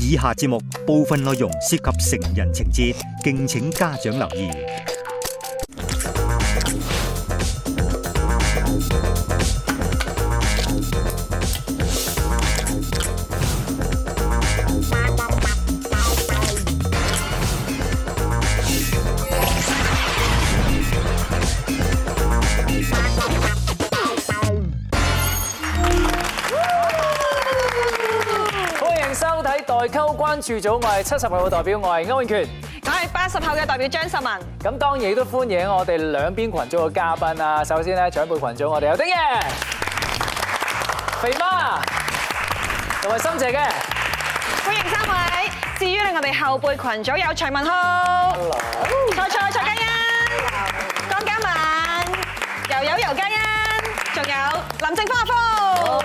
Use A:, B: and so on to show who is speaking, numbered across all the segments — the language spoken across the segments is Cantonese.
A: 以下節目部分內容涉及成人情節，敬請家長留意。
B: 歡迎收睇代溝關注組，我係七十後嘅代表，我係歐永權。
C: 我係八十後嘅代表張秀文，
B: 咁當然亦都歡迎我哋兩邊群組嘅嘉賓啊！首先咧，長輩群組我哋有丁嘅、肥媽同埋心姐嘅。
C: 歡迎三位。至於咧，我哋後輩群組有徐文浩、蔡蔡蔡嘉欣、江嘉敏、又有尤嘉欣，仲有林正科阿峰。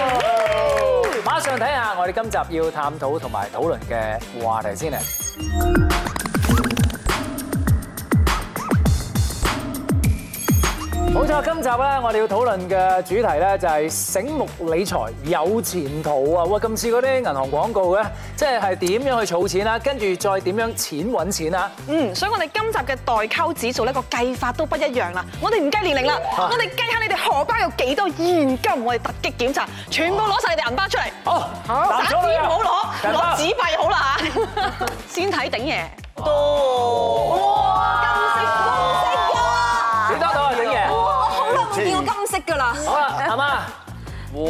B: 馬上睇下我哋今集要探討同埋討論嘅話題先啊！冇錯，今集咧我哋要討論嘅主題咧就係醒目理財有前途啊！哇，咁似嗰啲銀行廣告嘅，即係係點樣去儲錢啦，跟住再點樣錢揾錢啊！
C: 嗯，所以我哋今集嘅代溝指數呢個計法都不一樣啦。
B: 啊
C: 我哋唔計年齡啦，我哋計下你哋荷包有幾多現金，我哋突擊檢查，全部攞晒你哋銀包出嚟。
B: 好，
C: 散
B: 哦答咗你
C: 紙
B: 啊
C: 唔好攞，攞紙幣好啦嚇。先睇鼎爺，
D: 金色金色
B: 幾
D: 哇！
B: 多到啊，鼎爺？
D: 我
C: 哦
D: 好耐冇見過金色㗎啦，
B: 好啦，阿媽，
C: 喂，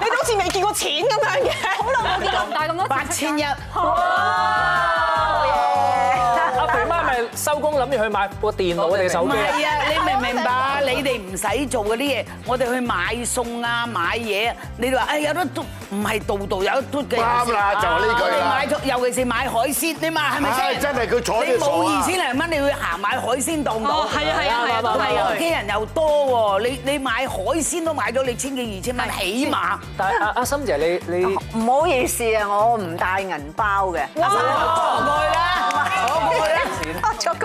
C: 你哋好似未見過錢咁樣嘅，好耐冇見
D: 咁大咁多八千一，
C: 啊
B: 阿肥媽咪收工諗住去買部電腦定手
E: 唔
B: 機啊？
E: 係啊，你明唔明白啊？你哋唔使做嗰啲嘢，我哋去買餸啊、買嘢，你哋話誒有得嘟，唔係度度有得嘟嘅。
F: 啱啦就係呢句啦
E: 我哋買咗，尤其是買海鮮，你嘛係咪
F: 唉
E: 先？
F: 真係佢坐
E: 你
F: 喺度傻啊
E: 冇二千零蚊，你去行買海鮮檔唔到
C: 哦，。係啊係
E: dạ,
C: 啊係啊，都係啊
E: 係。屋企人又多喎，你你買海鮮都買咗你千幾二千蚊，起碼。
B: 但係阿阿心姐，你
E: Ờ,
B: 你
D: 唔好意思
E: à,
D: 啊，我唔帶銀包嘅，
E: 過去啦，過去啦。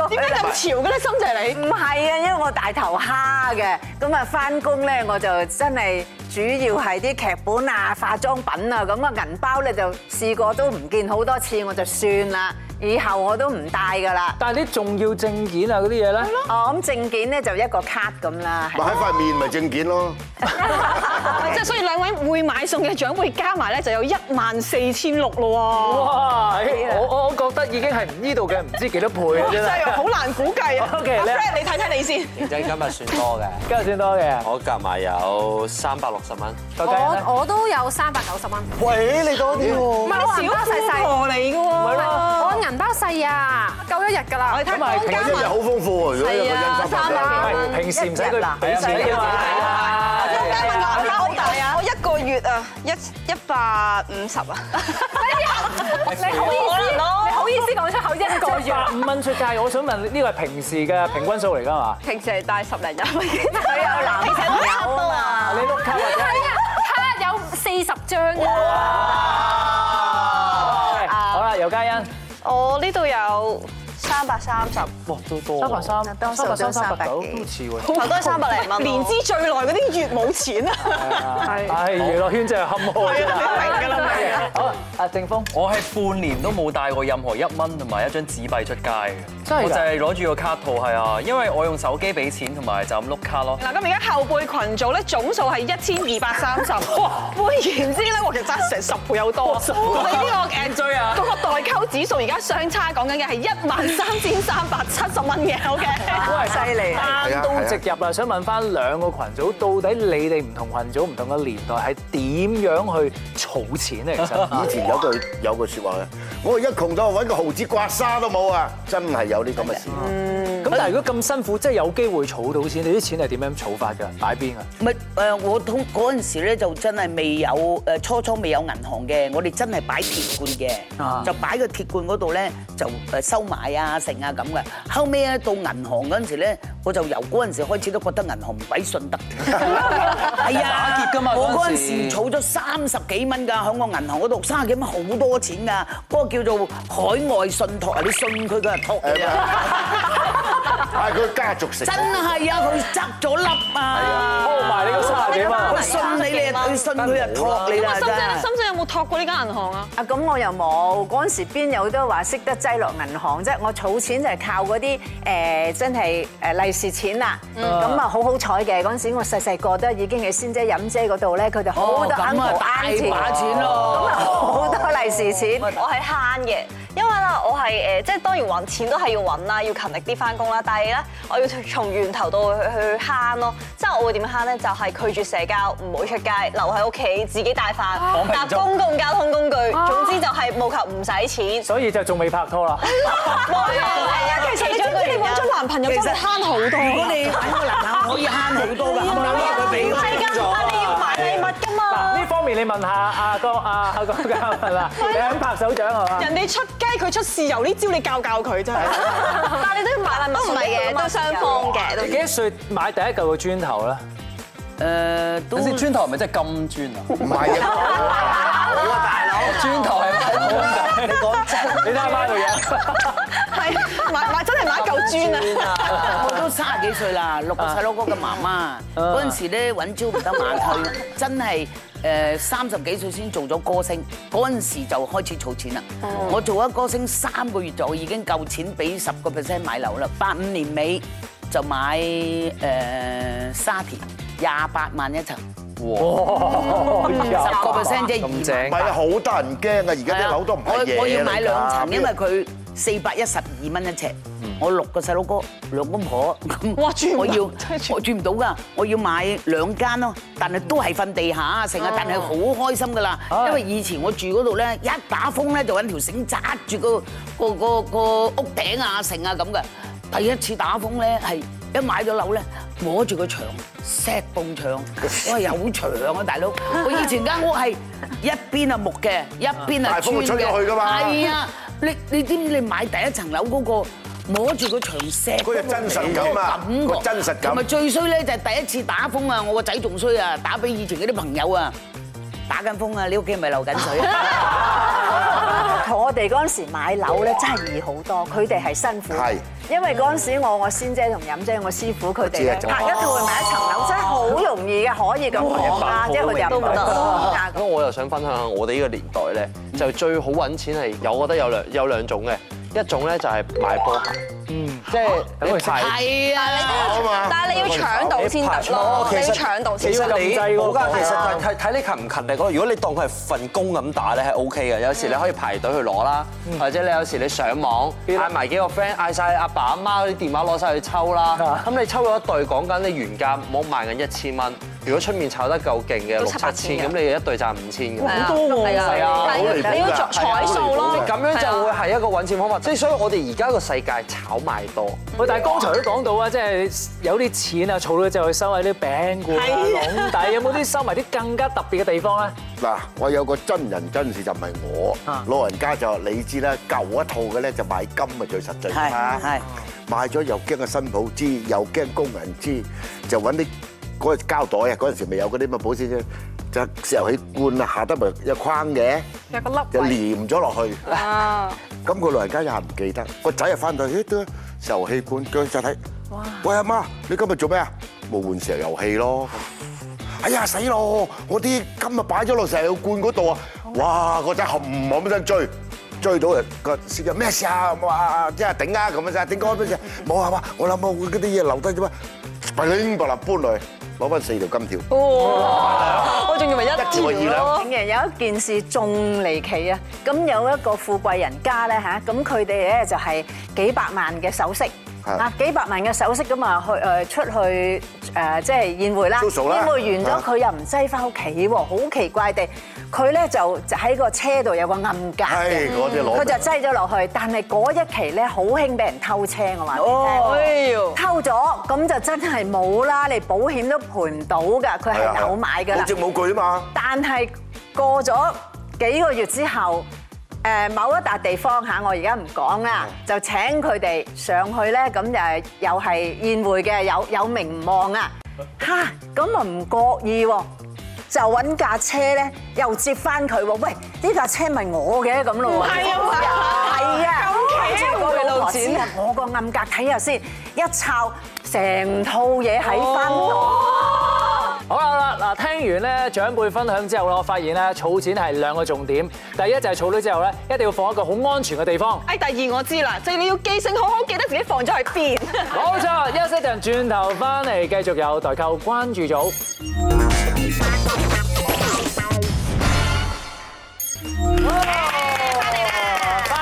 C: 點解咁潮嘅咧？心姐你
D: 唔係啊，因為我大頭蝦嘅，咁啊翻工咧我就真係主要係啲劇本啊、化妝品啊，咁啊銀包咧就試過都唔見好多次，我就算啦，以後我都唔帶㗎啦。
B: 但係啲重要證件啊嗰啲嘢咧，
D: 哦，咁證件咧就一個 card 咁啦。係
F: 咪喺塊面咪證件咯，
C: 即係所以兩位會買餸嘅長輩加埋咧就有一萬四千六咯
B: 哇！我我覺得已經係呢度嘅唔知幾多倍啊
C: 喎，真
B: 真係。
C: 係好難估 計啊
B: OK，
C: 阿
B: 你
C: Fred 你睇睇你先，
G: 認真今日算多嘅，
B: 今日算多嘅，
G: 我夾埋有三百六十蚊。
B: 再計啊啦
H: 我都有三百九十蚊，
G: 喂，你多啲喎。
C: 唔係
H: 我銀包細細，
C: 嚟嘅喎，
B: 咪咯。
H: 我銀包細
I: à?
H: 啊，夠一日㗎啦。
B: 咁咪平
F: 一日好豐富喎。如果有個
D: 係
I: à,
B: à,
D: 啊
F: 印花
D: 三百
F: 百，
B: 係平時唔使
D: 一日
B: 佢
D: 嗱
B: 俾錢嘅 嘛。
C: 我加埋我
B: 係啊
C: 我我我一個月啊一一百五十啊，
H: 你好意思，你好意思講出口一個
B: 一
H: 月，
B: 百五蚊出街，我想問呢個係平時嘅平均數嚟㗎嘛？
C: 平時係帶十零 廿蚊，
I: à.
D: 佢
H: 啊
D: 有男朋友啊嘛。
B: 你碌卡或者
H: 係啊，卡有四十張啊，
B: 係好啦，尤嘉欣，
H: 哦
C: 我呢度有 三百三十，
B: 哇，都多喎
D: 三百三
B: 三百三、三百九
D: 幾
B: 都似喎。
C: 頭都係三百零蚊， 年資最耐嗰啲月冇錢啊，
B: 唉，娛樂圈真係坎坷真係。
C: 明㗎啦，明㗎啦。
B: 好，阿正峰，
G: 我係半年都冇帶過任何一蚊同埋一張紙幣出街嘅，
B: 真係㗎
G: 我就係攞住個卡套係啊，因為我用手機俾錢同埋就咁碌卡咯。
C: 嗱，咁而家後輩群組咧總數係一千二百三十，換言之咧，我其實爭成十倍有多。我哋呢個
G: 追啊
C: 誒嗰個代溝指數而家相差講緊嘅係一萬三千三百七十蚊嘅，OK。
B: 喂，
D: 犀利
B: 單刀直入啦！想問翻兩個群組，到底你哋唔同群組、唔同嘅年代係點樣去儲錢咧？其實
F: 以前有句有句説話嘅，我一窮到揾個毫子刮痧都冇啊！真係有啲咁嘅事。
C: 嗯
B: 咁，但係如果咁辛苦，即係有機會儲到錢，你啲錢係點樣儲法㗎？擺邊啊？
E: 咪誒，我通嗰陣時咧就真係未有誒，初初未有銀行嘅，我哋真係擺鐵罐
B: 啊
E: 嘅，就擺個鐵罐嗰度咧就誒收埋啊、剩啊咁嘅。後尾咧到銀行嗰陣時咧，我就由嗰陣時開始都覺得銀行唔鬼信得。
G: 打
E: 係啊
G: 劫㗎嘛
E: 我
G: 嗰
E: 嗰
G: 陣
E: 陣
G: 時
E: 時儲咗三十幾蚊㗎，喺我銀行嗰度三十幾蚊好多錢㗎，嗰個叫做海外信託，你信佢佢係託你啊！
F: 嗌佢家族食。
E: 真係啊，佢執咗粒啊，
B: 鋪埋你個
C: Ờ,
B: 卅幾蚊。
E: 佢信你，你佢信佢就托你
C: 咁啊，
E: 啦，
C: 深
E: 真
C: 圳
E: 係
C: 咧，。深圳有冇托過呢間銀行啊？
D: 啊，咁我又冇，嗰陣時邊有都話識得擠落銀行啫。我儲錢就係靠嗰啲誒真係誒利是錢啦。
C: 嗯
D: 咁啊好好彩嘅，嗰陣時我細細個都已經喺仙姐飲姐嗰度咧，佢哋好
E: 哦
D: 多
E: 咁啊
D: uncle
E: 大
D: auntie
E: 把錢咯
D: 咁啊好多利是錢。
H: 我係慳嘅，因為啦，我係誒，呃即係當然揾錢都係要揾啦，要勤力啲翻工啦。但係咧，我要從源頭到去去慳咯。即係我會點慳咧？就係拒絕社交，唔好出街，留喺屋企自己帶飯，搭公共交通工具。總之就係務求唔使錢。
B: 所以就仲未拍拖啦。
H: 冇錯，係啊，其實你知唔知你揾咗男朋友真係慳好
C: 啊
H: 多。啊
E: 如果你揾個男朋友可以慳好多㗎，啱唔啱啊？佢俾咗
H: 係㗎，你要買禮物㗎嘛
B: 嗱，。呢方面你問下阿江阿阿江嘉文啦，你
C: 啊
B: 肯拍手掌係嘛？
H: 人哋出街佢出豉油呢招，你教教佢真係。 但係你都要買禮物，
C: 唔係嘅都雙方嘅
B: 你幾多歲買第一嚿嘅磚頭咧？
E: 誒都
G: 等先，磚頭係咪真係金磚啊？
F: 唔係啊，
G: 磚頭係咪？
E: 你講真，
B: 你睇下媽個 樣，
H: 係買買真係買一嚿
E: à?
H: 磚啊！
C: à?
E: 我都三十幾歲啦，六個細佬哥嘅媽媽，嗰陣時咧揾朝唔得晚退，真係誒三十幾歲先做咗歌星，嗰陣時就開始儲錢啦。我做咗歌星三個月就已經夠錢俾十個 percent 買樓啦，八五年尾就買 ờ, 誒沙田廿八萬一層，十個 percent 即係
G: 咁
E: 二萬。
F: 唔
G: 正
F: 係啊，好得人驚啊！而家啲樓都唔係嘢
E: 我我要
F: 嚟
E: 買
F: 㗎
E: 兩層，因為佢四百一十二蚊一尺。我六個細佬哥，兩公婆，咁
H: 哇住唔到
E: 我要
H: 真係住唔到
E: 我住唔到㗎，我要買兩間咯，但係都係瞓地下啊，成日，但係好開心㗎啦，因為以前我住嗰度咧，一打風咧就揾條繩紮住個個個個屋頂啊，成啊咁嘅。第一次打風咧係。一買咗樓咧，摸住個牆，石埲牆，我係有牆啊，大佬！我以前間屋係一邊係木嘅，一邊
F: 啊
E: 係
F: 大風
E: 磚
F: 會吹咗
E: 啊嘅，
F: 去㗎嘛
E: 係啊，你你知唔知你買第一層樓嗰個摸住個牆石
F: 嗰隻真實感啊
E: 嗰個
F: 個真實感
E: 同埋最衰咧就係第一次打風啊，我個仔仲衰啊，打俾以前嗰啲朋友啊，打緊風啊，你屋企係咪流緊水啊？
D: 同我哋嗰陣時買樓咧，真係易好多，佢哋係辛苦。
F: 係
D: 因為嗰陣時我我仙姐同飲姐，我師傅佢哋
F: 我知啊
D: 呢
F: 就
D: 拍一套去買一層樓，真係好容易嘅，可以咁講啊，即係佢哋入去啊
J: 咁我又想分享下我哋呢個年代咧，就最好揾錢係有，我覺得有兩有兩種嘅，一種咧就係買波鞋，嗯，即係
B: 等佢
J: 你排
E: 係啊，
F: 啊嘛。
C: 但係你要搶到先得咯，你要搶到先
J: 哦其
C: 得。
J: 實你
B: 撳掣嗰
J: 冇
B: 個
C: 啊
J: 㗎，其實就係睇睇你勤唔勤力咯。如果你當佢係份工咁打咧，係 O K 嘅。有時你可以排隊去攞啦，或者你有時你上網嗌埋幾個 friend，嗌晒阿爸阿媽嗰啲電話攞晒去抽啦。咁你抽咗一對，講緊你原價冇賣緊一千蚊。如果出面炒得夠勁嘅六
C: 都
J: 七
C: 七八千
J: 千，咁你一對賺五千嘅。
C: 好多喎，係啊，但係要你要作彩數咯，啊
J: 咁樣就會係一個揾錢方法。即係所以我哋而家個世界炒賣多。
B: 喂，但係剛才都講到啊，即係有啲錢啊，儲到就去收喺啲餅罐啊、籠底，有冇啲收埋啲更加特別嘅地方咧？
F: 嗱，我有個真人真事就唔係我
B: 啊，
F: 老人家就你知啦，舊一套嘅咧就買金咪最實際啦。
E: 係係
F: 買咗又驚個新抱知，又驚工人知，就揾啲嗰個膠袋啊，嗰陣時咪有嗰啲咪保鮮啫，就石油氣罐啊，下得咪有框嘅，
C: 有個粒
F: 就黏咗落去。
C: 啊，
F: 咁個老人家又係唔記得，個仔又翻到去，咦，都石油氣罐，佢就睇，喂阿媽，你今日做咩啊？冇換石油氣咯。哎呀死咯！我啲金啊擺咗落石油罐嗰度啊！哇，個仔冚冚聲追，追到人個司機咩事啊？我話啊啊即係頂啊咁樣啫，頂開咩事？冇啊嘛，我諗我嗰啲嘢留低啫嘛，白拎白啦搬落去，攞翻四條金條。
H: 我仲以為一
F: 一條
H: 條
F: 二
H: 咯
F: 兩。
D: 咁嘅有一件事仲離奇啊！咁有一個富貴人家咧嚇，咁佢哋咧就係幾百萬嘅首飾。
F: 係
D: 啊！幾百萬嘅首飾咁啊，去誒出去誒，即係宴會啦，
F: Social 啦
D: 宴會完咗
F: 係
D: 佢又唔擠翻屋企喎，好奇怪地，佢咧就就喺個車度有個暗格嘅
F: 係嗰啲攞
D: 佢就擠咗落去，但係嗰一期咧好興俾人偷車，我話你聽偷咗咁就真係冇啦，你保險都賠唔到㗎，佢
F: 係啊
D: 係有買㗎啦
F: 冇。證冇據啊嘛。
D: 但係過咗幾個月之後，誒某一笪地方嚇，我而家唔講啦，就請佢哋上去咧，咁誒又係宴會嘅，有有名望啊嚇，咁啊唔覺意喎。就揾架車咧，又接翻佢喎。喂，呢架車咪我嘅咁咯喎。係啊，係啊，咁住個老婆指入我個暗格睇下先，一抄成套嘢喺翻度。
B: 好啦好啦，嗱聽完咧長輩分享之後咧，我發現咧儲錢係兩個重點。第一就係儲到之後咧，一定要放一個好安全嘅地方。
C: 哎，第二我知啦，就係你要記性好好，記得自己放咗喺邊。
B: 冇錯，休息陣轉頭翻嚟繼續有代購關注組。翻哦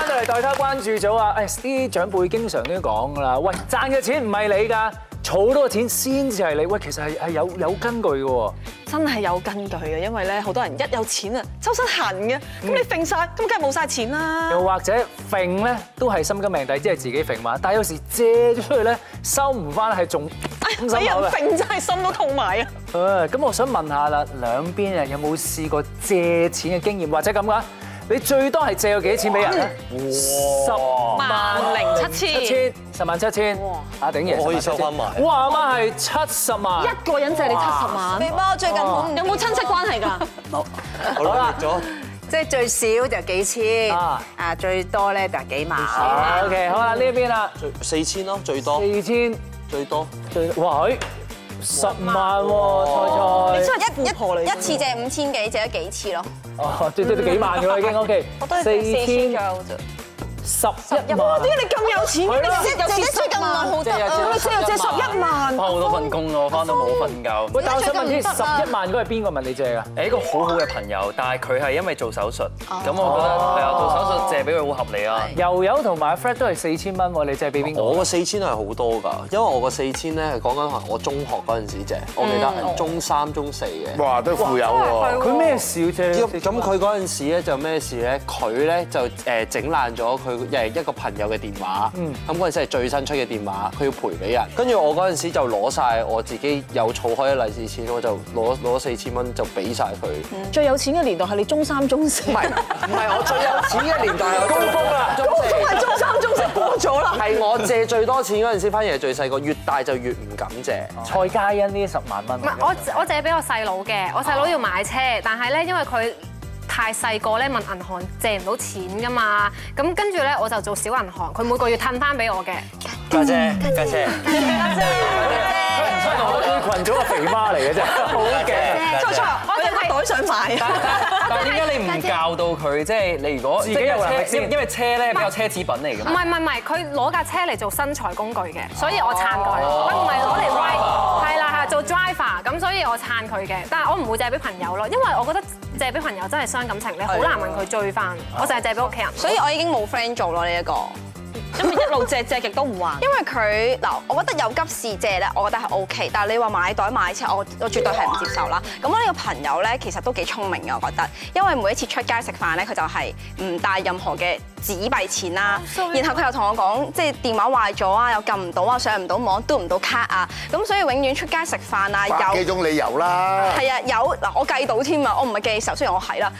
B: 到嚟代購關注組啊！誒，啲長輩經常都講噶啦，喂，賺嘅錢唔係你㗎，儲到嘅錢先至係你。喂，其實係係有有根據嘅喎。
C: 真係有根據嘅，因為咧好多人一有錢啊，周身痕嘅，咁你揈晒，咁梗係冇晒錢啦。
B: 又或者揈咧都係心甘命抵，即係自己揈嘛。但係有時借咗出去咧，收唔翻係仲
C: 哎
B: 心
C: 俾人
B: 口嘅。啊
C: 揈真係心都痛埋啊！
B: 誒，咁我想問下啦，兩邊啊有冇試過借錢嘅經驗，或者咁噶？你最多係借咗幾多錢俾人咧？十
C: 萬零七千
B: 七千，十萬七千。啊阿鼎爺
J: 我可以
B: 10,700
J: 收返埋
B: 哇，阿媽係七十萬。
C: 一個人借你七十萬，
K: 你幫我最近好唔
C: 有冇親戚關係 㗎？
J: 我努力咗。
D: 即係最少就幾千，
B: 啊
D: 啊最多咧就幾萬。
B: 啊 OK，好啦，呢邊啦，
J: 四千咯，最多
B: 四千，
J: 最多。
B: 哇，佢十萬
H: 哦
B: 喎，菜菜。
K: 一一一次借五千幾，借咗幾次咯？
B: 哦，最多都幾萬㗎啦已經，OK。
K: 我都係借四千左右啫。
B: 十一萬。
C: 點解啊你咁有錢嘅？
B: 係咯
C: 你有
K: 借得
C: 錢
K: 出咁耐好得
B: 哦
K: 啊！
C: 你先又借十一萬，
G: 翻好多份工咯，翻到冇瞓覺。
B: 喂，但我想問啲十一萬嗰係邊個問你借㗎？
G: 誒一個好好嘅朋友，但係佢係因為做手術，
B: 哦
G: 咁我覺得係啊，做手術借俾佢好合理啊。
B: 油油同埋 Fred 都係四千蚊喎，你借俾邊個？
J: 我個四千係好多㗎，因為我個四千咧係講緊可能我中學嗰陣時借，我記得係中三、中四嘅。
F: 哇，都富有喎！
B: 佢咩事啫？
J: 咁佢嗰陣時咧就咩事咧？佢咧就誒整爛咗佢呃誒一個朋友嘅電話，
B: 嗯
J: 咁嗰陣時係最新出嘅電話，佢要賠俾人。跟住我嗰陣時就攞晒我自己有儲開嘅利是錢，我就攞攞四千蚊就俾晒佢。
C: 最有錢嘅年代係你中三中四，
J: 唔係唔係，我最有錢嘅年代係我中峰啦，中四
C: 係中三中四過咗啦。
J: 係我借最多錢嗰陣時，反而係最細個，越大就越唔敢借。
B: 蔡嘉欣哦呢十萬蚊。啊
I: 唔係，我我借俾我細佬嘅，我細佬要買車，但係咧因為佢太細個咧，問銀行借唔到錢噶嘛，咁跟住咧我就做小銀行，佢每個月褪翻俾我嘅。
G: 家姐，
B: 嗯
G: 家姐，
B: 真係我啲群組嘅肥媽嚟嘅啫，好勁。
C: 錯錯，我哋個袋想買。
G: 但係點解你唔教到佢？即係你如果
B: 自己有能力先
G: 因為因為車咧比較奢侈品嚟㗎
I: 唔
G: 嘛。
I: 係唔係唔係，佢攞架車嚟做身材工具嘅，所以我撐佢。佢唔係攞嚟 ride，係啦係做 driver，咁所以我撐佢嘅。但係我唔會借俾朋友咯，因為我覺得借俾朋友真係傷感情，你好難問佢追翻。我淨係借俾屋企人。
K: 所以我已經冇 friend 做咯呢一個，
C: 因為一路借借極都唔還。
K: 因為佢嗱，我覺得有急事借咧，我覺得係 O K。但係你話買袋買車，我我絕對係唔接受啦。咁我呢個朋友咧，其實都幾聰明嘅，我覺得，因為每一次出街食飯咧，佢就係唔帶任何嘅紙幣錢
C: Oh,
K: 啦。然後佢又同我講，即係電話壞咗啊，又撳唔到啊，上唔到網，嘟唔到卡啊。咁所以永遠出街食飯啊，
F: 百
K: 有
F: 幾。種理由啦，
K: 係啊，有嗱，我計到添啊，我唔係記仇，雖然我 係啦，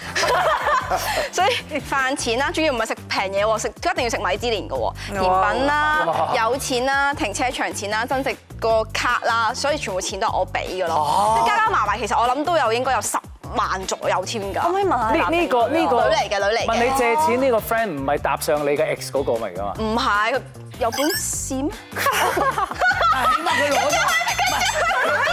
K: 所以飯錢啦，主要唔係食平嘢喎，食一定要食米芝蓮嘅喎，甜品啦、有錢啦、停車場錢啦、增值個卡啦，所以全部錢都係我俾嘅咯，
B: 啊
K: 即係加加埋埋，其實我諗都有應該有十萬左右添㗎。可唔可以問
B: 呢呢個呢個
K: 女嚟嘅女嚟嘅
B: 問你借錢呢個 friend 唔係搭上你嘅 ex 嗰個咪㗎嘛？
K: 唔係佢有本事 咩？
B: 啊
J: 起碼佢攞
G: 啊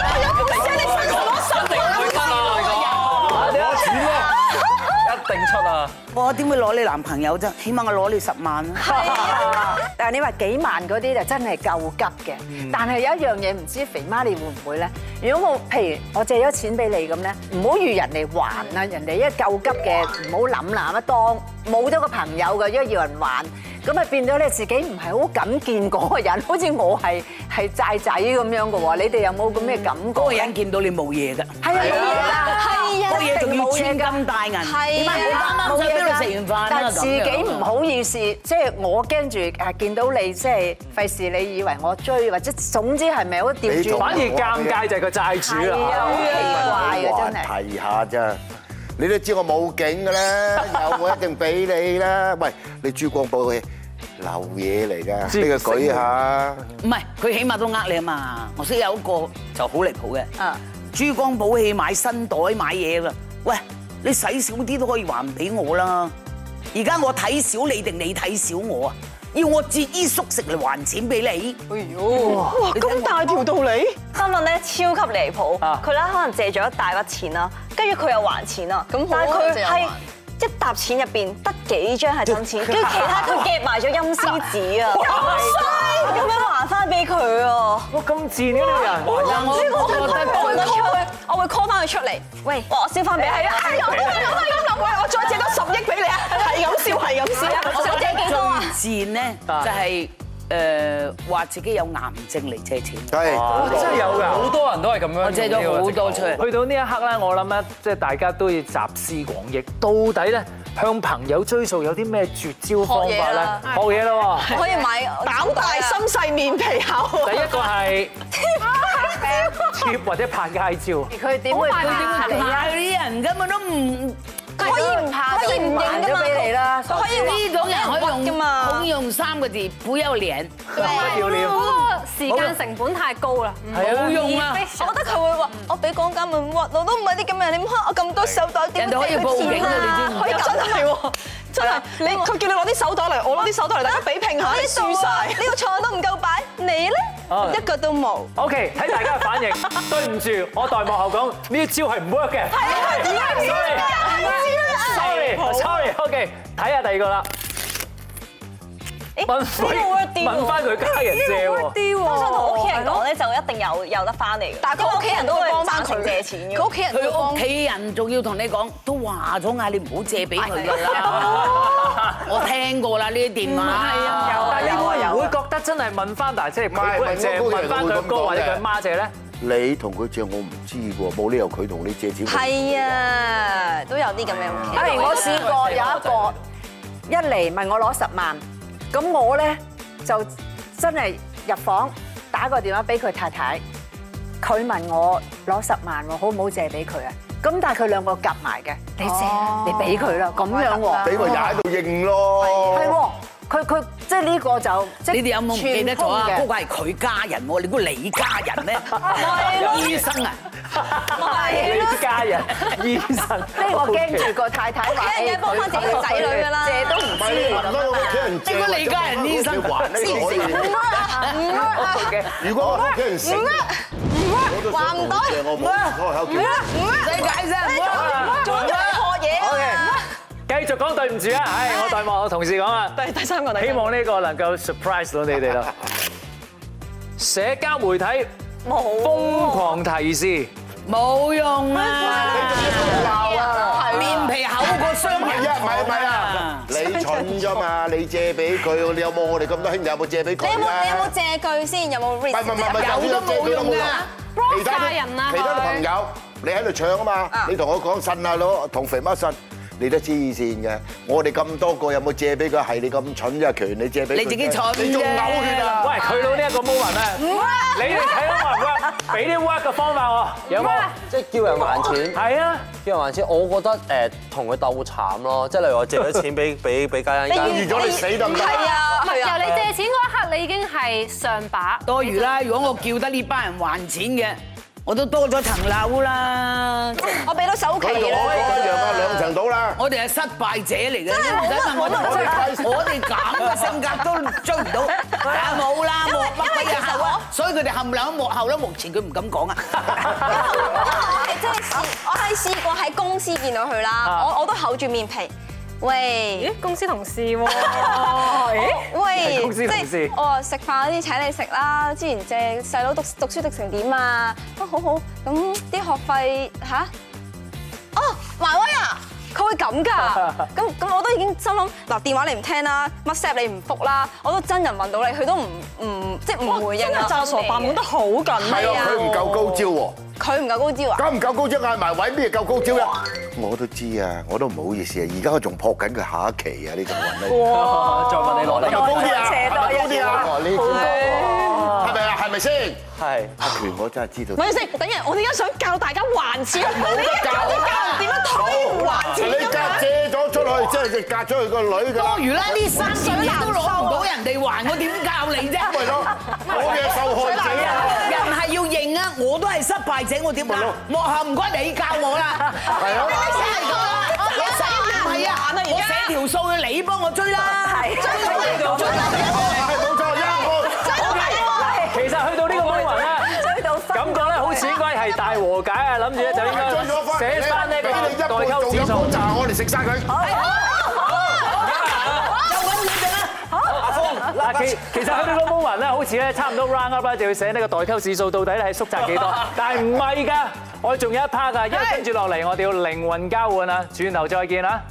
G: 一定出啊！
E: 我點會攞你男朋友啫？起碼我攞你十萬 啊！
F: 哦
D: 但係你話幾萬嗰啲就真係夠急嘅。但係有一樣嘢唔知肥媽你會唔會咧？如果我譬如我借咗錢俾你咁咧，唔好預人哋還啊！人哋一夠急嘅唔好諗啦，乜當冇咗個朋友嘅，一要人還。咁啊變咗你自己唔係好敢見嗰個人，好似我係係債仔咁樣嘅喎。你哋有冇咁嘅感覺？
E: 嗰個人見到你冇嘢㗎，
D: 係啊，冇嘢啦，
K: 係啊
E: 嗰個嘢仲要
D: 冇嘢
E: 穿
D: 㗎
E: 金戴銀，
K: 係啊，
E: 冇嘢
D: 㗎
E: 邊度食完飯啊
D: 但係自己唔好意思，即係我驚住誒見到你，即係費事你以為我追，或者總之係咪好吊
F: 你
D: 住
F: 同
B: 反而尷尬就係個債主
D: 係
B: 啦。
D: 啊，好奇怪嘅真係。
F: 提下啫。你都知我冇景㗎啦， 有我一定俾你啦。喂，你珠光寶氣流嘢嚟㗎，呢個舉下。
E: 唔係佢起碼都呃你啊嘛。我識有一個就好離譜嘅，
B: 啊
E: 珠光寶氣買新袋買嘢啦。喂，你使少啲都可以還俾我啦。而家我睇少你定你睇少我啊？要我節衣縮食嚟還錢俾你。
B: 哎
H: 哇，
E: 你聽
H: 咁
E: 我
H: 大條道理！新聞咧超級離譜，佢咧可能借咗一大筆錢啦，跟住佢又還錢啦，
K: 咁好啊
H: 但係佢
K: 借又
H: 係
K: 還
H: 一沓錢入邊得幾張係真錢，跟住其他佢夾埋咗陰司紙啊，咁樣還翻俾佢啊！
B: 哇，咁賤嘅呢個人，
H: 我唔知我會 call 得出，
K: 我會 call 翻佢出嚟。喂，
H: 我燒翻俾
K: 係
H: 佢
K: 啊，
H: 啊！
K: 係啊，我都係我都係咁諗，喂，我再借多十億俾你啊，係咁笑，係咁笑，我想借幾多啊？
E: 最賤咧就係誒話自己有癌症嚟借錢，
F: 係
B: 真係有㗎。
G: 好多人都係咁樣。
E: 我借咗好多出嚟。
B: 去到呢一刻咧，我諗咧，即係大家都要集思廣益，到底咧向朋友追數有啲咩絕招方法咧？學嘢啦喎！
K: 可以買膽大心細面皮厚。
C: 啊
B: 第一個係貼或者拍嘅街照，
D: 佢點會拍你啊？
E: 啲人根本都唔
D: 佢可以唔拍，可以唔認咗俾你啦。
K: 佢可以
E: 呢種人可以用
K: 屈㗎嘛
E: 可以用三個字，不要臉。
B: 不要
I: 嗰
B: 了，
I: 個時間成本太高啦，
E: 冇用啊！
K: 我覺得佢會話：我俾港金咪屈，我都唔係啲咁嘅人，你唔開我咁多手袋，點
E: 人哋可以報警啊！你知唔
K: 可以
E: 知？
K: 咁真係喎，真係你佢叫你攞啲手袋嚟，我攞啲手袋嚟，大家比拼下，你輸晒。呢個菜都唔夠擺，你
B: 啊
K: 咧一個都冇。
B: OK，睇大家嘅反應。 對唔住，我代幕後講呢一招係唔 work 嘅。Sorry，sorry，OK，睇下第二個啦。問
H: 呢個 work 啲
B: 佢
H: 喎
B: 問翻佢家人借喎。
H: 通常同屋企人講咧，就一定有有得翻嚟嘅。
K: 但係佢屋企人都會幫翻佢
H: 借錢嘅
K: 佢。屋企人都會
E: 佢
K: 幫
E: 屋企人仲要同你講，都話咗嗌你唔好借俾佢㗎啦。我聽過啦呢啲電話。係啊，
B: 但嗯係你會唔會覺得真係問翻，但係即係佢本人借，問翻佢阿哥或者佢阿媽借咧？
F: 你同佢借我唔知喎，冇理由佢同你借錢。
K: 係啊，都有啲咁嘅屋企。
D: 誒，我試過有一個一嚟問我攞十萬，咁我咧就真係入房打個電話俾佢太太，佢問我攞十萬喎，好唔好借俾佢啊？咁但係佢兩個夾埋嘅，你借啊你俾佢啦，咁樣喎，
F: 俾佢踩喺度應咯。
D: 係喎，佢佢即係呢個就即係
E: 你哋有冇唔記得咗啊？
D: 串
E: 嗰
D: 通嘅
E: 個係佢家人喎，你估你家人咩？醫生啊！
B: 你家人、醫生，
D: 即係我驚住個太太話，
K: 屋企人梗係幫返自己個仔女㗎啦
D: 借都唔
F: 唔係你問翻屋企人借，
E: 你估你家人醫生
F: 還呢個可以。
B: 嘅。
F: 如果我屋企人醒，我都想同佢借，我 冇開口叫。
E: 你解釋啊！
K: 做咗學嘢啊
B: OK，繼續講對唔住啊！唉，我代幕我同事講啊，
K: 第第三個第
B: 希望呢個能夠 surprise 到你哋啦。社交媒體瘋狂提示，
E: 冇用啊！
F: 鬧啊！
E: 面皮厚過雙
F: 唔
E: 人
F: 係啊，唔係唔係
E: 啊
F: 啊！！你蠢啫嘛！你借俾佢，你有冇我哋咁多兄弟有冇借俾佢
K: 你
F: 啊？
K: 有冇你有冇借佢先？有冇
F: 唔係唔係
K: risk？
F: 唔係，
E: 有都冇用㗎
F: 其他啲其他啲朋友，你喺度唱啊嘛，你同我講信啊佬，同肥媽信。你都黐線嘅，我哋咁多個有冇借俾佢？係你咁蠢啫，權你借俾佢
E: 你自己蠢啫
F: 你仲嘔血啊！
B: 喂，去到呢一個 moment 咧，你哋睇到 work 唔 work？俾啲 work 嘅方法我，有冇？
J: 即係叫人還錢，
B: 係啊，
J: 叫人還錢，我覺得誒呃同佢鬥慘咯，即係例如我借咗錢俾 俾俾家欣，家欣
F: 預咗你死得唔得？
K: 係啊，
I: 唔係
K: 係
I: 由
K: 啊
I: 你。借錢嗰一刻，你已經係上把。
E: 多餘啦！如果我叫得呢班人還錢嘅，我都多咗層樓啦。
K: 我俾到首期
F: 佢同我講一樣啊，兩層到啦。
E: 我哋係失敗者嚟嘅，你唔使問我哋，我哋咁嘅性格都追唔到，啊冇啦，冇乜鬼嘢後啊，所以佢哋冚唪唥喺幕後啦，目前佢唔敢講啊。
K: 我係真係試，我係試過喺公司見到佢啦，我我都厚住面皮，喂
I: 咦，公司同事 喎，
K: 喂，
B: 公司同事
K: 我話食飯嗰啲請你食啦，之前借細佬讀讀書讀成點啊？啊好好，咁啲學費吓？哦，埋威啊！佢會咁㗎，咁咁我都已經心諗嗱電話你唔聽啦，WhatsApp 你唔覆啦，我都真人問到你，佢都唔唔即係唔回應啊！
H: 詐傻扮懵得好緊
F: 係
K: 係
F: 啊，
K: 啊
F: 佢唔夠高招喎。
K: 佢唔夠高招啊！
F: 夠唔夠高招嗌埋位，咩夠高招啊？我都知啊，我都唔好意思啊，而家我仲撲緊佢下一期啊，呢個運咧。
G: 再問你攞
F: 係咪高
G: 嚟，
F: 啲啊？
D: 斜
F: 係
D: 多
F: 咪
D: 一
F: 高啲啊？呢個係咪啊？係咪先？
G: 係
F: 阿權，我真係知道
K: 咪。先，等人，我哋而家想教大家還錢，
F: 冇得教
K: 教啲教人點樣推還錢
F: 你嫁借咗出去，即係你嫁咗佢個女㗎啦
E: 多。餘啦，哦呢三件嘢都攞唔到人哋還，我點教你啫？
F: 咪咯，我嘅受害者啊！
E: 人係要認啊，我都係失敗者，我點教？幕後唔該你教我啦，係
F: 啊
E: 係咁啦，我寫唔係啊，我寫條數你幫我追啦，追到追到。
B: 大和解啊，諗住咧就應該寫翻呢個代溝指數。嗱， 其其實喺呢個 moment 咧，好似咧差唔多 round up 啦，就要寫呢個代溝指數到底係縮窄幾多？但係唔係㗎，我哋仲有一 part 㗎，因為跟住落嚟我哋要靈魂交換啊，轉頭再見啊！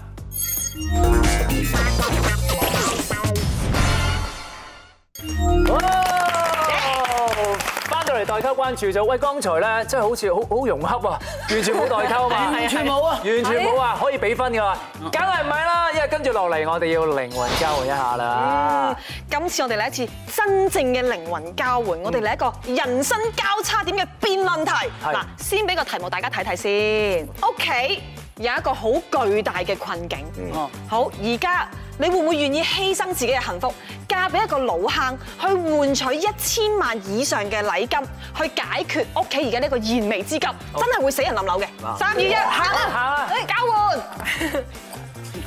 B: 翻到嚟代溝關注咗，喂，剛才咧真係好似好好融洽啊，完全冇代溝啊嘛，
E: 完全冇啊
B: 完全冇啊，可以俾分㗎嘛，梗係唔係啦，因為跟住落嚟我哋要靈魂交換一下啦。
C: 嗯今次我哋嚟一次真正嘅靈魂交換，我哋嚟一個人生交叉點嘅辯論題。
B: 係
C: 嗱，先俾個題目大家睇睇先。屋企有一個好巨大嘅困境。
B: 嗯
E: 哦
C: 好，而家你會唔會願意犧牲自己嘅幸福，嫁俾一個老坑，去換取一千萬以上嘅禮金，去解決屋企而家呢個燃眉之急，
B: 哦
C: 真係會死人冧樓嘅。三二一，行
B: 行
C: 啦
B: 啦，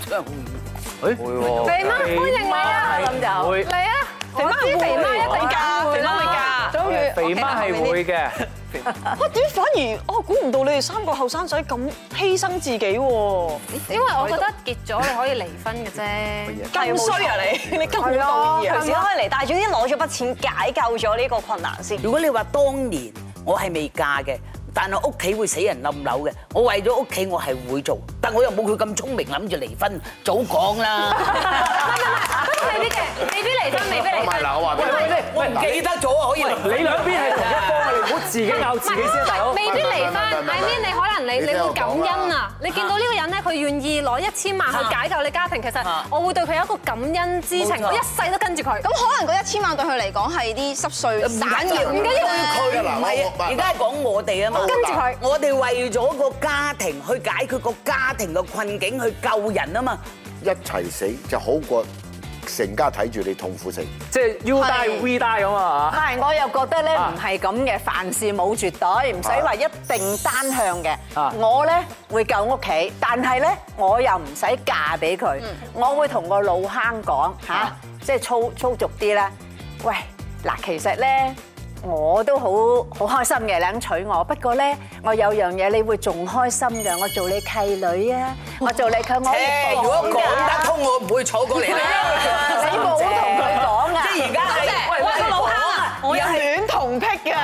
C: 交換。
I: 肥媽歡迎你啊！
D: 咁就
B: 會
I: 嚟啊！
C: 肥媽
I: 我知肥媽一定嫁
C: 肥
I: 會
C: 媽會嫁
I: 啦，終於
B: 肥媽係會嘅，
C: 哇！點反而我估唔到你哋三個後生仔咁犧牲自己喎，
I: 因為我覺得結咗你可以離婚嘅啫，
H: 咁衰啊你！你咁冇道義啊！
I: 係
H: 先
I: 啊
H: 開嚟，但係總之攞咗筆錢解救咗呢個困難先。
E: 如果你話當年我係未嫁嘅，但係屋企會死人冧樓嘅，我為咗屋企我係會做，但我又冇佢咁聰明諗住離婚，早講啦。
I: 不過未必嘅，未必離婚，未必離婚。
E: 我唔記得咗啊，可以離
B: 你兩邊係同一方，你唔好自己咬自己先，大佬。
I: 未必離婚，I mean 你可能你你會感恩啊！你見到呢個人咧，佢願意攞一千萬去解救你家庭，其實我會對佢有一個感恩之情，我一世都跟住佢。
K: 咁可能嗰一千萬對佢嚟講係啲濕碎
E: 唔
K: 散
E: 緊要，
K: 嘅，唔緊要。
E: 佢唔係啊，而家係講我哋啊嘛。
I: 跟住佢
E: 我哋為咗個家庭去解決個家庭嘅困境，去救人啊嘛。
B: 即係 U die V die 咁啊
D: 但係我又覺得咧唔係咁嘅，凡事冇絕對，唔使話一定單向嘅
B: 啊。
D: 我咧會救屋企，但係咧我又唔使嫁俾佢，我會同個老坑講嚇，即係粗粗俗啲啦。喂，嗱，其實咧。我都好好開心嘅，你肯娶我。不過咧，我有樣嘢你會仲開心嘅，我做你契女啊，我做你契我可以
E: 誒，如果
D: 講
E: 講
D: 㗎
E: 得通，我唔會坐過嚟啦。
D: 你冇同佢講啊！
E: 即係而家係
C: 我係個老坑啊，我有戀童癖㗎，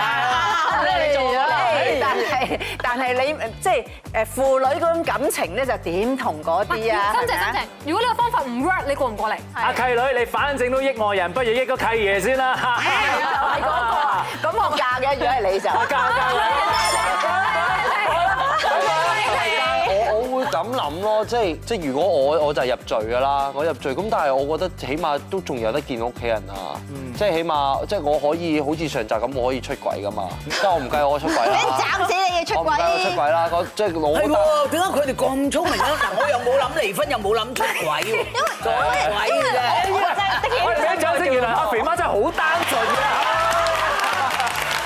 C: 你做我啦。
D: 但係但係你即係誒父女嗰種感情咧，就點同嗰
I: 喂
D: 啲啊？
I: 真正
D: 係咪
I: 真
D: 啊
I: 正，如果呢個方法唔 work，你過唔過嚟？
B: 阿契女，你反正都益外人，不如益個契爺先啦。
D: 係嗰個啊！咁我嫁嘅，如果係你就。
B: 教教
E: 啊
J: 我我會咁諗咯，即係即係如果我我就係入罪㗎啦，我入罪咁，但係我覺得起碼都仲有得見屋企人啊，
E: 嗯
J: 即係起碼即係我可以好似上集咁，我可以出軌㗎嘛，即係我唔計我出軌啦，
K: 斬死 你嘅出
J: 我唔計我 出
K: 軌！
J: 軌啦，我即係我
E: 係喎，點解佢哋咁聰明咧？嗱，我又冇諗離婚，又冇諗出軌喎。因為因為
B: 我哋聽咗先，原來阿肥媽真係好單純嘅。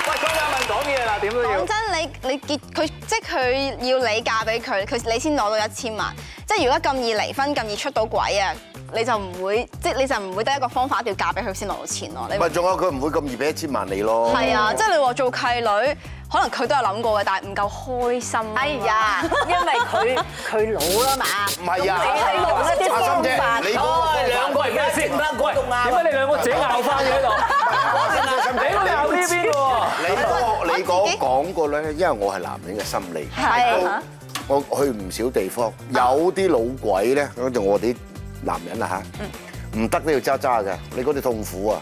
B: 喂，講兩問講嘢啦，點都要
K: 講。真，你你結佢，即係佢要你嫁俾佢，佢你先攞到一千萬。即係如果咁易離婚，咁易出到軌啊，你就唔會，即係你就唔會得一個方法，一定要嫁俾佢先攞到錢咯。你係啊，即係你話做契女，可能佢都有諗過嘅，但係唔夠開心。啊
D: 哎呀，因為佢佢老啦嘛，
J: 啊
D: 你係用一啲方法。
B: 兩個而家先，喂，點解你兩個自己拗翻嘅喺度？你都拗呢邊喎。
K: 啊係。
D: 啊
F: 我去唔少地方，有啲老鬼咧，跟住我哋啲男人啊
D: 嗯
F: 嚇，唔得都要揸揸嘅，你嗰啲痛苦啊！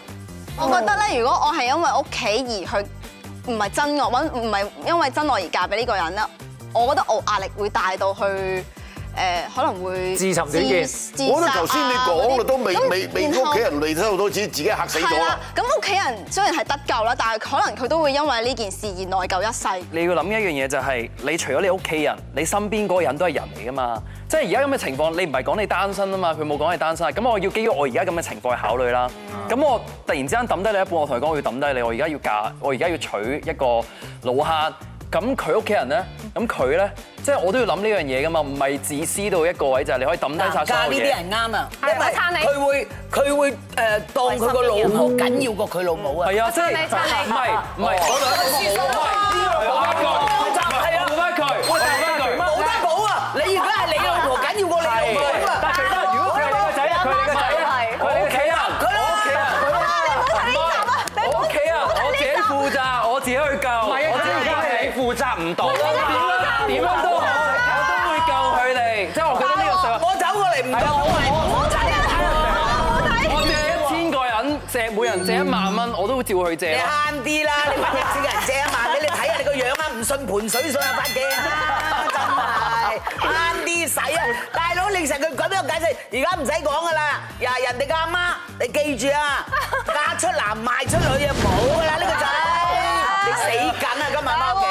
K: 我覺得咧，如果我係因為屋企而去，唔係真我揾，唔係因為真我而嫁俾呢個人咧，我覺得我壓力會大到去誒、呃可能會
B: 自尋短見
K: 自
F: 我覺得頭先你講啦，
K: 啦，
F: 都未
K: 咁
F: 未未
K: 然
F: 屋
K: 後
F: 企人嚟得好多錢，自己嚇死咗
K: 係啦
F: 啦。，
K: 咁屋企人雖然係得救啦，但係可能佢都會因為呢件事而內疚一世。
G: 你要諗一樣嘢就係，你除咗你屋企人，你身邊嗰個人都係人嚟噶嘛。即係而家咁嘅情況，你唔係講你單身啊嘛，佢冇講你單身啊。咁我要基於我而家咁嘅情況去考慮啦。咁我突然之間抌低你一半，我同佢講我要抌低你，我而家要嫁，我而家要娶一個老坑。咁佢屋企人咧，咁佢咧，即係我都要諗呢樣嘢噶嘛，唔係自私到一個位就係你可以抌低晒
E: 嗱，嫁
G: 所
E: 呢
G: 有
E: 啲
G: 嘢。
E: 人啱啊，
I: 係我撐你
E: 佢會佢會誒當佢個老婆緊要過佢老母啊。
G: 係啊，即係
I: 撐你撐你
G: 唔係唔係，我兩個冇，唔係呢個冇一個，唔係
J: 負責唔到啊嘛。
B: 點樣
G: 哦
B: 都好，我都會救佢哋。即係我覺得呢個社會，
E: 我走過嚟唔夠好啊！
B: 我借一千個人借，每人借一萬蚊，我都照去
E: 你
B: 借咯。
E: 慳啲啦，你問一千人借一萬俾你睇下你個樣啊，唔信盤水信啊塊鏡啦，真係慳啲使啊！大佬你成日咁樣解釋，而家唔使講噶啦，呀人哋嘅阿媽，你記住啊，嫁出男賣出女啊，冇噶啦呢個仔，你死緊啊今晚翻屋企。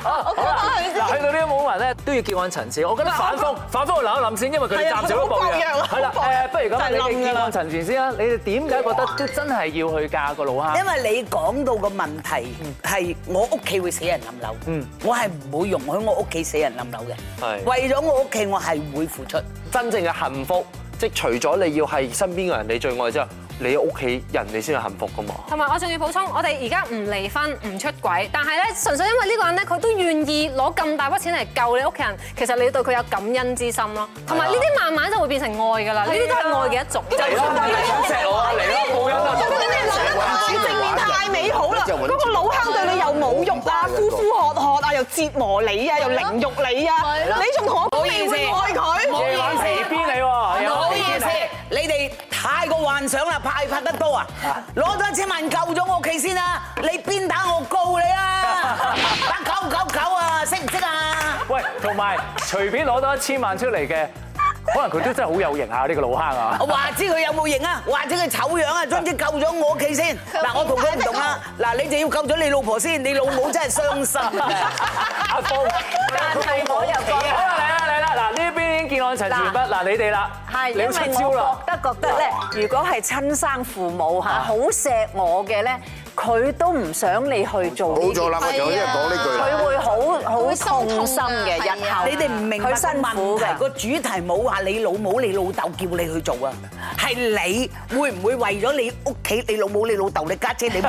B: 嗱，去到呢個 moment 咧，都要叫按層次。我覺得反覆反覆去諗一諗先，因為佢哋暫時都薄弱。係啦，誒，不如咁啊，你哋叫按層次先啦。你哋點解覺得都真係要去嫁個老坑？
E: 因為你講到個問題係我屋企會死人冧樓，我係唔會容許我屋企死人冧樓嘅。
J: 係
E: 為咗我屋企，我係會付出。
J: 真正嘅幸福，即係除咗你要係身邊嘅人你最愛之後，你屋企人你先係幸福噶嘛。
I: 同埋我仲要補充，我哋而家唔離婚唔出軌，但係咧純粹因為呢個人咧，佢都願意攞咁大筆錢嚟救你屋企人，其實你對佢有感恩之心咯。同埋呢啲慢慢就會變成愛㗎啦，呢啲都係愛嘅一種。
J: 嚟啦，唔想錫我啊，嚟啦，冇人啊，
B: 夜晚皮邊你喎，
E: 啊唔
B: 有
E: 好意思，你哋太過幻想啦，派發得多啊！攞咗一千萬救咗我屋企先啦，你邊打我告你啊！打九九九啊，識唔識啊？
B: 喂，同埋隨便攞多一千萬出嚟嘅，可能佢都真係好有型下呢個老坑啊！
E: 我話知佢有冇型啊，話知佢醜樣啊，總之救咗我屋企先。嗱，我同佢唔同啦，嗱，你就要救咗你老婆先，你老母真係傷心啊！真係
B: 阿峰，但係我又覺好啦，嚟啦嚟啦，嗱呢邊已經見案陳全不，嗱你哋啦，
D: 係，因
B: 你
D: 為
B: 要出招啦
D: 我。覺得覺得咧，如果係親生父母嚇，好錫我嘅咧，佢都唔想你去做呢
F: 冇
D: 啲
F: 錯啦，我就一日講呢句啦。
D: 佢會好好痛心
E: à,
D: 嘅，
K: 係啊
D: 日後
E: 你哋唔明白
D: 佢辛苦
E: 嘅
D: 嘅。
E: 個主題冇話你老母、你老豆叫你去做啊，係你會唔會為咗你屋企、你老母、你老豆、你家姐、你妹，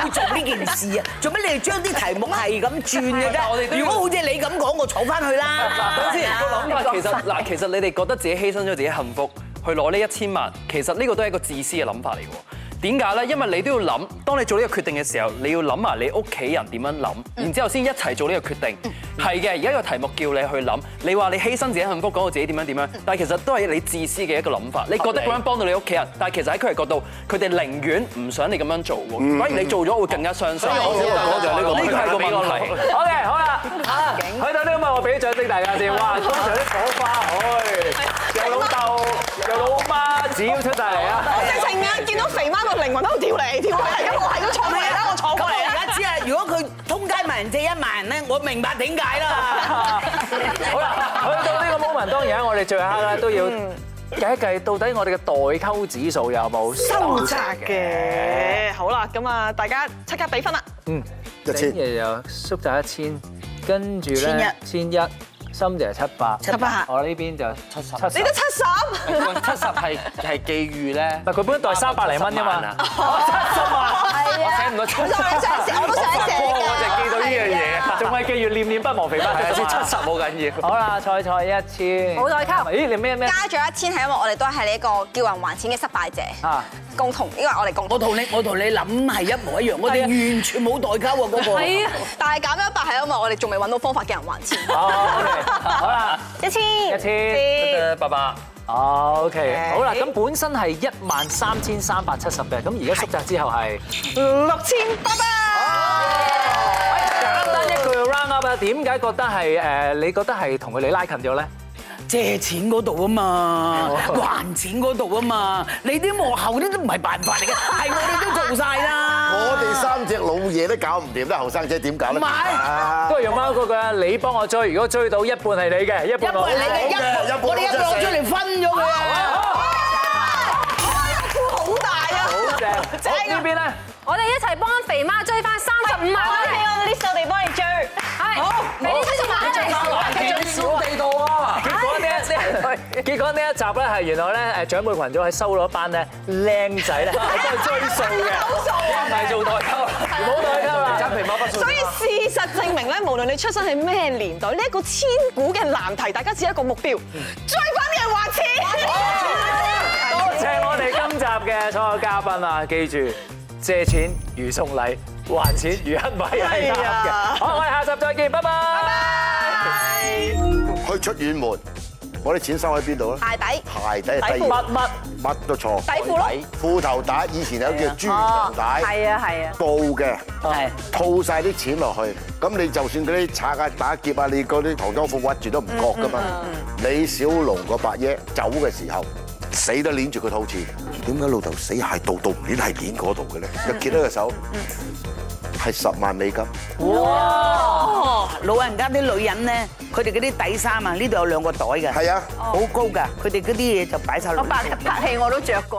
E: 會做呢件事啊？做咩你哋將啲題目係咁轉 嘅
G: 我哋都要
E: 啫？如果好似你咁講，我坐翻去啦。
G: 等先，個諗法其實嗱，其實你哋覺得自己犧牲咗自己幸福去攞呢一千萬，其實呢個都係一個自私嘅諗法嚟嘅。點解呢？因為你都要諗，當你做呢個決定嘅時候，你要諗埋你屋企人點樣諗，然之後先一齊做呢個決定。係嘅，而家個題目叫你去諗，你話你犧牲自己幸福，講到自己點樣點樣，但係其實都係你自私嘅一個諗法。你覺得咁樣幫到你屋企人，但係其實喺佢哋角度，佢哋寧願唔想你咁樣做喎。反而你做咗會更加傷心。所以
F: 嗯我想講就係呢個問題
G: 呢個係個
B: 好
G: 問題。
B: 嘅，好啦，啊去到呢咁啊，我俾啲掌聲大家先。哇，通常啲火花，唉，有老豆，有老媽，子要出晒嚟啊！
E: 咁我而家知啊，如果佢通街問人借一萬咧，我明白點 解啦。
B: 好啦，去到呢個 moment，當然我哋最後一刻咧都要計一計，到底我哋嘅代溝指數有冇收窄嘅？
K: 啊
F: 一千
B: 嘢又縮窄一千，跟住咧
E: 咧
B: 千一，心就係七百，七
E: 百
B: 我呢邊就七十，七十。
J: 七十 係係寄予咧
B: 唔，係佢本來三百零蚊啫嘛，
J: 啊
B: 哦啊我寫唔到七十，
G: 我就記到呢樣嘢。
B: 仲係記住念念不忘肥不
G: 係
B: 係
G: 先
B: 先
G: 七
B: 七
G: 十好緊要。
B: 十。好啦，菜菜一千，
I: 冇代溝
B: 咦，你咩咩
K: 加咗一千係因為我哋都係呢個叫人還錢嘅失敗者，
B: 啊？
K: 共同呢個係我哋共同。
E: 我
K: 啊
E: 同你我同你諗係一模一樣，我哋完全冇代溝啊嗰個。
I: 係啊，
K: 但係減咗一百係因為我哋仲未揾到方法叫人還 錢。
B: 好，OK，好哦啦，
K: 一千
B: 一千，
G: 誒，爸爸，
B: 好 OK，好啦，咁本身係一萬三千三百七十嘅，咁而家縮窄之後係
K: 六千八
B: 簡單一句 round up 啊，點解覺得係誒？你覺得係同佢哋拉近咗咧？
E: 借錢嗰度啊嘛， 還錢嗰度啊嘛，你啲幕後啲都唔係辦法嚟嘅， 係我哋都做晒啦。
F: 我哋三隻老嘢都搞唔掂啦，後生仔點搞咧？
E: 唔係
B: 都係用翻嗰句啊，你幫我追，如果追到一半係你嘅，一
E: 一
B: 半
E: 半
B: 我
E: 係你嘅，
F: 嘅
E: 一
F: 一
E: 半
F: 半
E: 我哋一半攞出嚟分咗佢啊！
B: 好正。好呢邊咧，
I: 我哋一齊幫肥媽追翻三十五萬
H: 我
I: 蚊
H: 喺我 list 地幫你追，
I: 係，俾啲七十萬嚟。
G: 地道啊！
B: 結果呢一結果呢一集咧係原來咧誒長輩群組係收咗一班咧靚仔咧，係幫佢追數 嘅，
G: 唔啊係做代溝啦，
B: 唔好代溝啦。
G: 皮馬不數。
K: 所以事實證明咧，無論你出身係咩年代，呢一個千古嘅難題，大家只有一個目標，追翻啲人還錢。
B: 哦多謝我哋今集嘅所有嘉賓啊！記住，借錢如送禮，還錢如一米係啱嘅。好，我哋下集再見，拜拜。
F: 去出遠門，我啲錢收喺邊度咧？
K: 鞋底、
F: 鞋底係低
B: 乜
F: 嘢，
B: 乜
F: 乜都錯。
K: 底褲咯，
F: 褲頭帶以前有叫豬
K: 哦
F: 腸帶，
D: 係啊係啊，
F: 布嘅，
E: 係
F: 套晒啲錢落去。咁你就算嗰啲賊啊打劫啊，你嗰啲唐裝褲屈住都唔覺噶
D: 嗯
F: 嘛。李小龍個伯爺走嘅時候，死都攆住佢套錢。點解老豆死蟹度度唔攆係攆嗰度嘅咧？
D: 嗯
F: 就揭咗個手，係十萬美金。
E: 老人家啲女人咧，佢哋嗰啲底衫啊，呢度有兩個袋嘅，
F: 係啊。
E: 好高㗎，佢哋嗰啲嘢就擺晒落。
D: 我拍拍戲我都着過。